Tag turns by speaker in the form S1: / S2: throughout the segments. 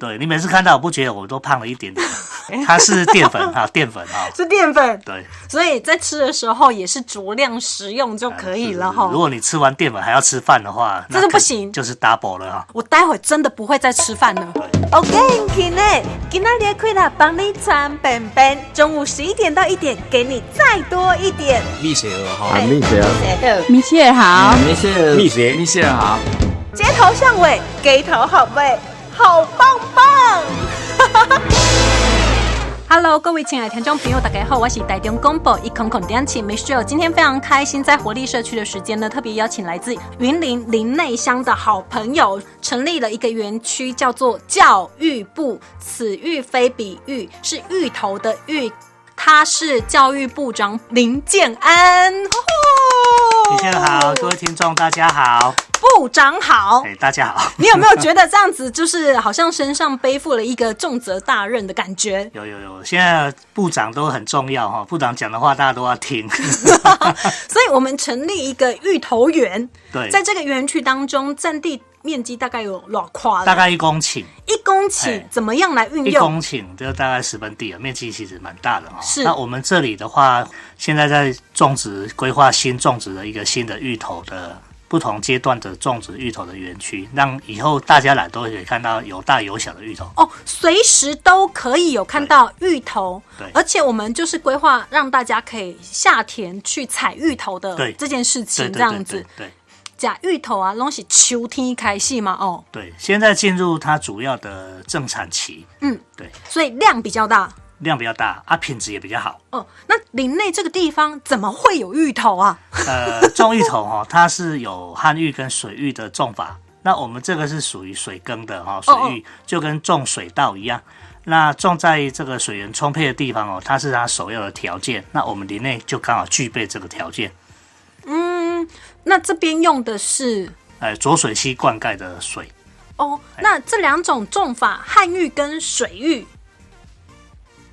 S1: 对你每次看到我不觉得我都胖了一点点，
S2: 哎
S1: 它是淀粉哈，淀粉哈，
S2: 是淀粉，
S1: 对，
S2: 所以在吃的时候也是酌量食用就 可以了哈
S1: 如。果你吃完淀粉还要吃饭的话，
S2: 这
S1: 那
S2: 是不
S1: 可
S2: 行
S1: 就是 double 了哈。
S2: 我待会真的不会再吃饭了。
S1: 对
S2: OK，今天今天的快乐帮你穿便便，中午十一点到一点，给你再多一点。
S3: 蜜雪儿哈，
S4: 啊，蜜雪儿，
S5: 米切尔好，
S3: 蜜雪儿，
S4: 蜜雪
S3: 蜜雪儿哈，
S2: 街头巷尾，街头好味，好棒棒 ！Hello，各位亲爱的听众朋友，大家好，我是台中公播一空空点起 Michelle。今天非常开心，在活力社区的时间呢，特别邀请来自云林林内乡的好朋友，成立了一个园区，叫做教育部。此玉非彼玉，是芋头的芋，他是教育部长林建安。
S1: 你现在好，各位听众大家好，
S2: 部长好
S1: 哎、。大家好，
S2: 你有没有觉得这样子就是好像身上背负了一个重责大任的感觉？
S1: 有有有，现在部长都很重要哈，部长讲的话大家都要听，
S2: 所以我们成立一个芋头园，
S1: 对，
S2: 在这个园区当中，占地面积大概有多宽？
S1: 大概一公顷，
S2: 一公顷
S1: 哎，
S2: 怎么样来运
S1: 一
S2: 用？
S1: 公顷就大概十分地啊，面积其实蛮大的哈。
S2: 是
S1: 那我们这里的话，现在在种植规划新种植的一个新的芋头的不同阶段的种植芋头的园区，让以后大家来都可以看到有大有小的芋头。
S2: 哦，随时都可以有看到芋头
S1: 对，
S2: 而且我们就是规划让大家可以下田去采芋头的
S1: 对
S2: 这件事
S1: 对
S2: 情，这
S1: 对
S2: 样
S1: 对对
S2: 子。
S1: 对
S2: 假芋头啊，东西秋天开戏嘛，哦，
S1: 对，现在进入它主要的正产期，
S2: 嗯，
S1: 对，
S2: 所以量比较大。
S1: 量比较大啊，品质也比较好。
S2: 哦，那林内这个地方怎么会有芋头啊？
S1: 呃，种芋头哈、它是有旱芋跟水芋的种法。那我们这个是属于水耕的哈、水芋就跟种水稻一样。那种在这个水源充沛的地方哦，它是它首要的条件。那我们林内就刚好具备这个条件，
S2: 那这边用的是
S1: 呃，浊水溪灌溉的水。
S2: 哦，那这两种种法，旱芋跟水芋，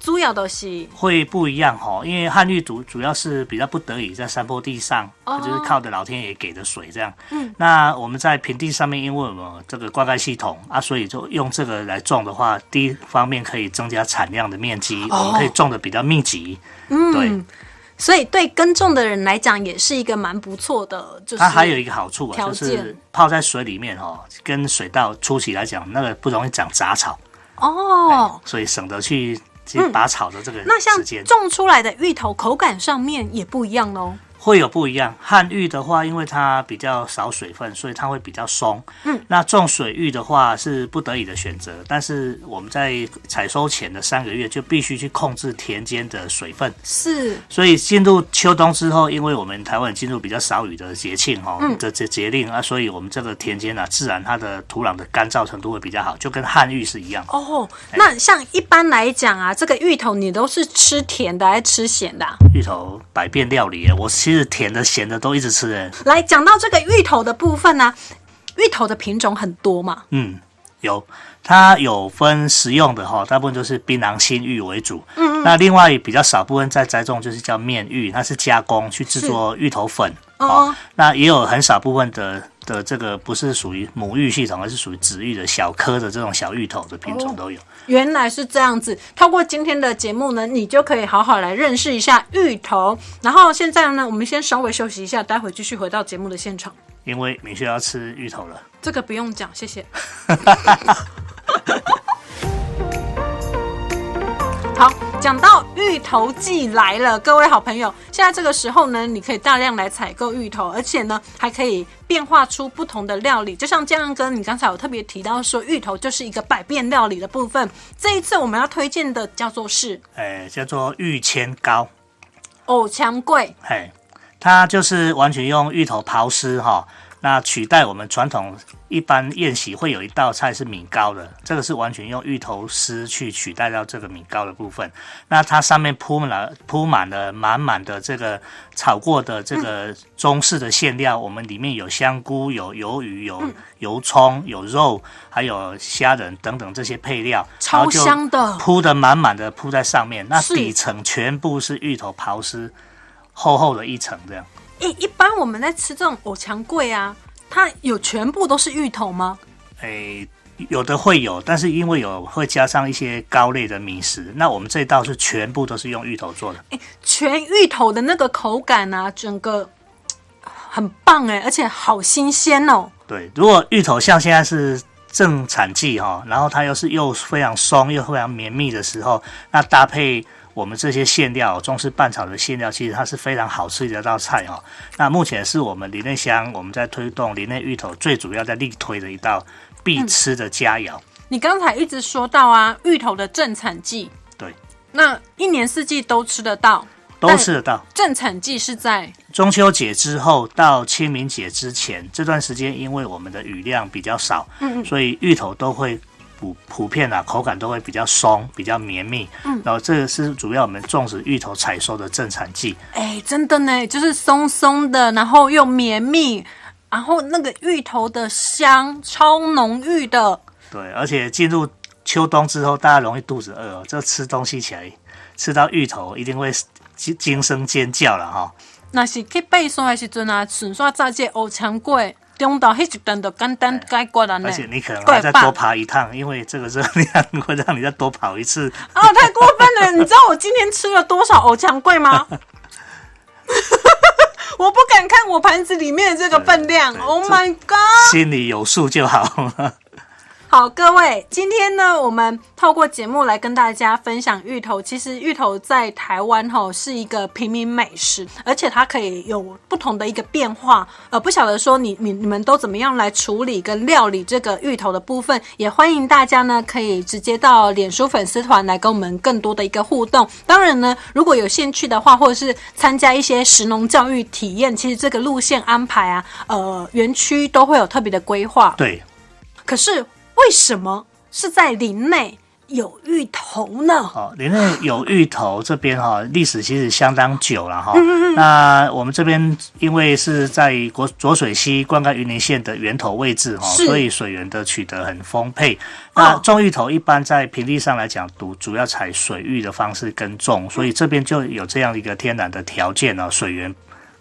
S2: 主要都是
S1: 会不一样哈，因为汉玉主主要是比较不得已在山坡地上，
S2: 哦
S1: 就是靠着老天爷给的水这样。嗯，那我们在平地上面，因为我们有这个灌溉系统啊，所以就用这个来种的话，第一方面可以增加产量的面积，
S2: 哦
S1: 我们可以种的比较密集。嗯，对，
S2: 所以对耕种的人来讲，也是一个蛮不错的，就是
S1: 它还有一个好处啊，
S2: 条
S1: 就
S2: 件
S1: 是泡在水里面哦，跟水稻初期来讲，那个不容易长杂草，
S2: 哦。
S1: 所以省得去去拔草的这个
S2: 嗯那像
S1: 哎时间。
S2: 种出来的芋头，口感上面也不一样喽。
S1: 会有不一样。旱芋的话，因为它比较少水分，所以它会比较松。嗯，那种水芋的话是不得已的选择，但是我们在采收前的三个月就必须去控制田间的水分。
S2: 是
S1: 所以进入秋冬之后，因为我们台湾进入比较少雨的节庆哈、哦，这这节令啊，所以我们这个田间啊，自然它的土壤的干燥程度会比较好，就跟旱芋是一样。
S2: 哦。
S1: 哎
S2: 那像一般来讲啊，这个芋头你都是吃甜的还是吃咸的啊、
S1: 芋头百变料理，我其实甜的咸的都一直吃诶。
S2: 来讲到这个芋头的部分呢、芋头的品种很多嘛，
S1: 嗯，有，它有分食用的哈，大部分就是槟榔新芋为主。嗯那另外比较少部分在栽种就是叫面芋，它是加工去制作芋头粉。
S2: 哦
S1: 那也有很少部分的的这个不是属于母芋系统，而是属于子芋的小颗的这种小芋头的品种都有。
S2: 原来是这样子，透过今天的节目呢，你就可以好好来认识一下芋头。然后现在呢，我们先稍微休息一下，待会继续回到节目的现场。
S1: 因为米雪要吃芋头了。
S2: 这个不用讲，谢谢。 好，讲到芋头季来了，各位好朋友，现在这个时候呢，你可以大量来采购芋头，而且呢，还可以变化出不同的料理。就像江阳哥，你刚才有特别提到说，芋头就是一个百变料理的部分。这一次我们要推荐的叫做是
S1: 哎，叫做芋签糕。
S2: 藕强桂，
S1: 嘿，它就是完全用芋头刨丝哈，那取代我们传统一般宴席会有一道菜是米糕的，这个是完全用芋头丝去取代到这个米糕的部分。那它上面铺满了铺满了满满的这个炒过的这个中式的馅料，我们里面有香菇、有鱿鱼、有
S2: 嗯
S1: 油葱、有肉，还有虾仁等等这些配料，
S2: 超
S1: 然后就
S2: 香的
S1: 铺的满满的铺在上面，那
S2: 是
S1: 底层全部是芋头刨丝。厚厚的一层这样。
S2: 一一般我们在吃这种藕强桂啊，它有全部都是芋头吗？
S1: 诶、有的会有，但是因为有会加上一些糕类的米食，那我们这一道是全部都是用芋头做的。
S2: 全芋头的那个口感啊，整个嘖很棒哎，而且好新鲜哦。
S1: 对，如果芋头像现在是正产季哈、然后它又是又非常松又非常绵密的时候，那搭配我们这些馅料，中式拌炒的馅料，其实它是非常好吃的一道菜哈、那目前是我们林内乡我们在推动林内芋头最主要在力推的一道必吃的佳肴。
S2: 你刚才一直说到啊，芋头的正产季，
S1: 对，
S2: 那一年四季都吃得到。
S1: 都吃得到。
S2: 正产季是在
S1: 中秋节之后到清明节之前这段时间，因为我们的雨量比较少，
S2: 嗯
S1: 所以芋头都会普普遍啊，口感都会比较松，比较绵密。嗯，然后这个是主要我们种植芋头采收的正产季。
S2: 哎，真的呢，就是松松的，然后又绵密，然后那个芋头的香超浓郁的，
S1: 对，而且进入秋冬之后，大家容易肚子饿哦，这吃东西起来吃到芋头一定会惊惊声尖叫了哈。
S2: 那是去爬山的时阵啊，顺续炸这黑肠粿，中岛迄一顿就简单解决了呢
S1: 而。且你可能
S2: 嗯对
S1: 还再多
S2: 棒
S1: 爬一趟，因为这个热量会让你再多跑一次。
S2: 啊，太过分了！你知道我今天吃了多少藕肠 粿吗？我不敢看我盘子里面的这个分量
S1: 对对
S2: ，Oh
S1: 这
S2: my god！
S1: 心里有数就好。
S2: 好，各位，今天呢，我们透过节目来跟大家分享芋头。其实芋头在台湾吼是一个平民美食，而且它可以有不同的一个变化。呃，不晓得说你你你们都怎么样来处理跟料理这个芋头的部分，也欢迎大家呢可以直接到脸书粉丝团来跟我们更多的一个互动。当然呢，如果有兴趣的话，或者是参加一些食农教育体验，其实这个路线安排啊，呃，园区都会有特别的规划。
S1: 对，
S2: 可是为什么是在林内有芋头呢？
S1: 哦，林内有芋头这边哈、 历史其实相当久了哈、
S2: 嗯
S1: 那我们这边因为是在国浊水溪灌溉云林县的源头位置哈、
S2: 是
S1: 所以水源的取得很丰沛。那
S2: 哦
S1: 种芋头一般在平地上来讲，主主要采水域的方式耕
S2: 嗯
S1: 种，所以这边就有这样一个天然的条件哦，水源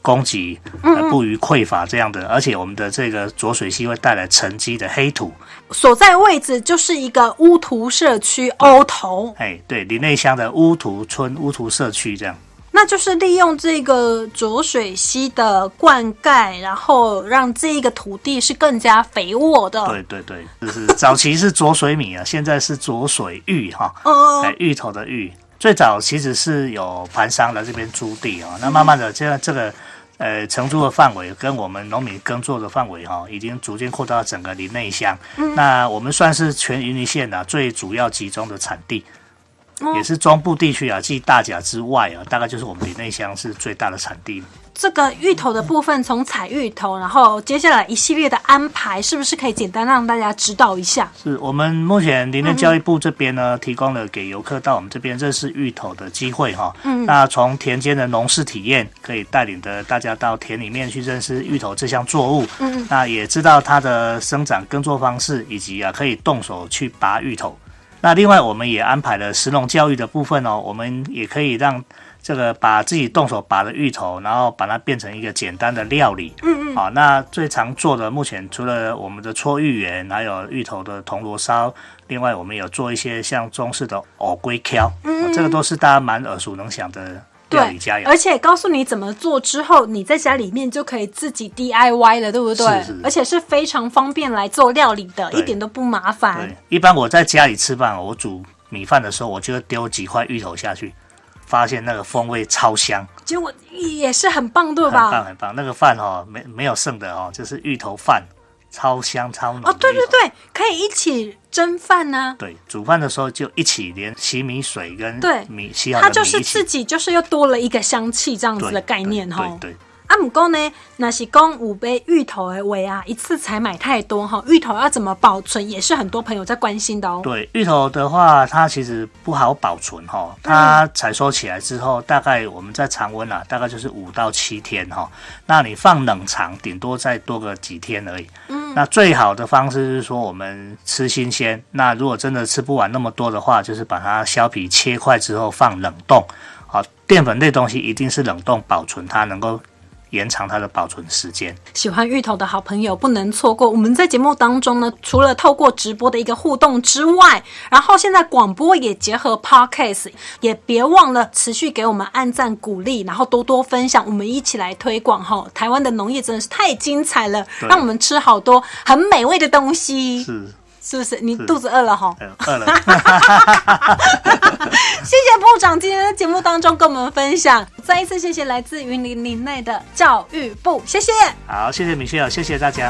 S1: 供给
S2: 嗯
S1: 呃不予匮乏这样的，而且我们的这个浊水溪会带来沉积的黑土，
S2: 所在位置就是一个乌涂社区欧头，
S1: 哎，对，林内乡的乌涂村乌涂社区这样。
S2: 那就是利用这个浊水溪的灌溉，然后让这一个土地是更加肥沃的。
S1: 对对对，就是早期是浊水米啊，现在是浊水芋哈，
S2: 哦，
S1: 哎，芋头的芋。最早其实是有盘商来这边租地啊、那慢慢的这这个呃承租的范围跟我们农民耕作的范围哈、已经逐渐扩到整个林内乡。
S2: 嗯
S1: 那我们算是全云林县啊最主要集中的产地。
S2: 哦
S1: 也是中部地区啊，继大甲之外啊，大概就是我们林内乡是最大的产地。
S2: 这个芋头的部分从采芋头，然后接下来一系列的安排，是不是可以简单让大家知道一下？
S1: 是我们目前林内教育部这边呢，提供了给游客到我们这边认识芋头的机会哈。嗯，那从田间的农事体验，可以带领着大家到田里面去认识芋头这项作物。嗯，那也知道它的生长耕作方式，以及啊可以动手去拔芋头。那另外我们也安排了食农教育的部分哦，我们也可以让这个把自己动手拔的芋头，然后把它变成一个简单的料理。嗯嗯。好、那最常做的目前除了我们的搓芋圆，还有芋头的铜锣烧，另外我们有做一些像中式的藕龟壳，嗯、哎这个都是大家蛮耳熟能详的料理
S2: 对
S1: 佳，肴。
S2: 而且告诉你怎么做之后，你在家里面就可以自己 DIY 了，对不对？
S1: 是是
S2: 而且是非常方便来做料理的，
S1: 对
S2: 一点都不麻烦
S1: 对。，一般我在家里吃饭，我煮米饭的时候，我就会丢几块芋头下去，发现那个风味超香。
S2: 结果也是很棒，对
S1: 很棒
S2: 吧？
S1: 很棒，那个饭哦，没没有剩的哦，就是芋头饭，超香超浓的芋
S2: 哦，
S1: 头。
S2: 对对对，可以一起蒸饭啊呢、
S1: 对煮饭的时候就一起连洗米水跟
S2: 对
S1: 米洗好的
S2: 它
S1: 米
S2: 就是
S1: 一
S2: 自
S1: 起。
S2: 己就是又多了一个香气这样子
S1: 对
S2: 的概念
S1: 对
S2: 哈。
S1: 对对，
S2: 啊，姆公呢，那是公五杯芋头的尾啊，一次才买太多哈。芋头要怎么保存，也是很多朋友在关心的哦。
S1: 对芋头的话，它其实不好保存哈、它采收起来之后，大概我们在常温啊，大概就是五到七天哈、那你放冷藏，顶多再多个几天而已。嗯，那最好的方式是说我们吃新鲜。那如果真的吃不完那么多的话，就是把它削皮切块之后放冷冻。好，淀粉类东西一定是冷冻保存，它能够延长它的保存时间。
S2: 喜欢芋头的好朋友不能错过。我们在节目当中呢，除了透过直播的一个互动之外，然后现在广播也结合 podcast，也别忘了持续给我们按赞鼓励，然后多多分享，我们一起来推广哈。台湾的农业真的是太精彩了，
S1: 对
S2: 让我们吃好多很美味的东西，
S1: 是，
S2: 是不是？你肚子饿了哈？
S1: 呃，饿了。
S2: 谢谢部长今天在节目当中跟我们分享，再一次谢谢来自云林林内的教育部，谢谢。
S1: 好，谢谢米歇尔，谢谢大家。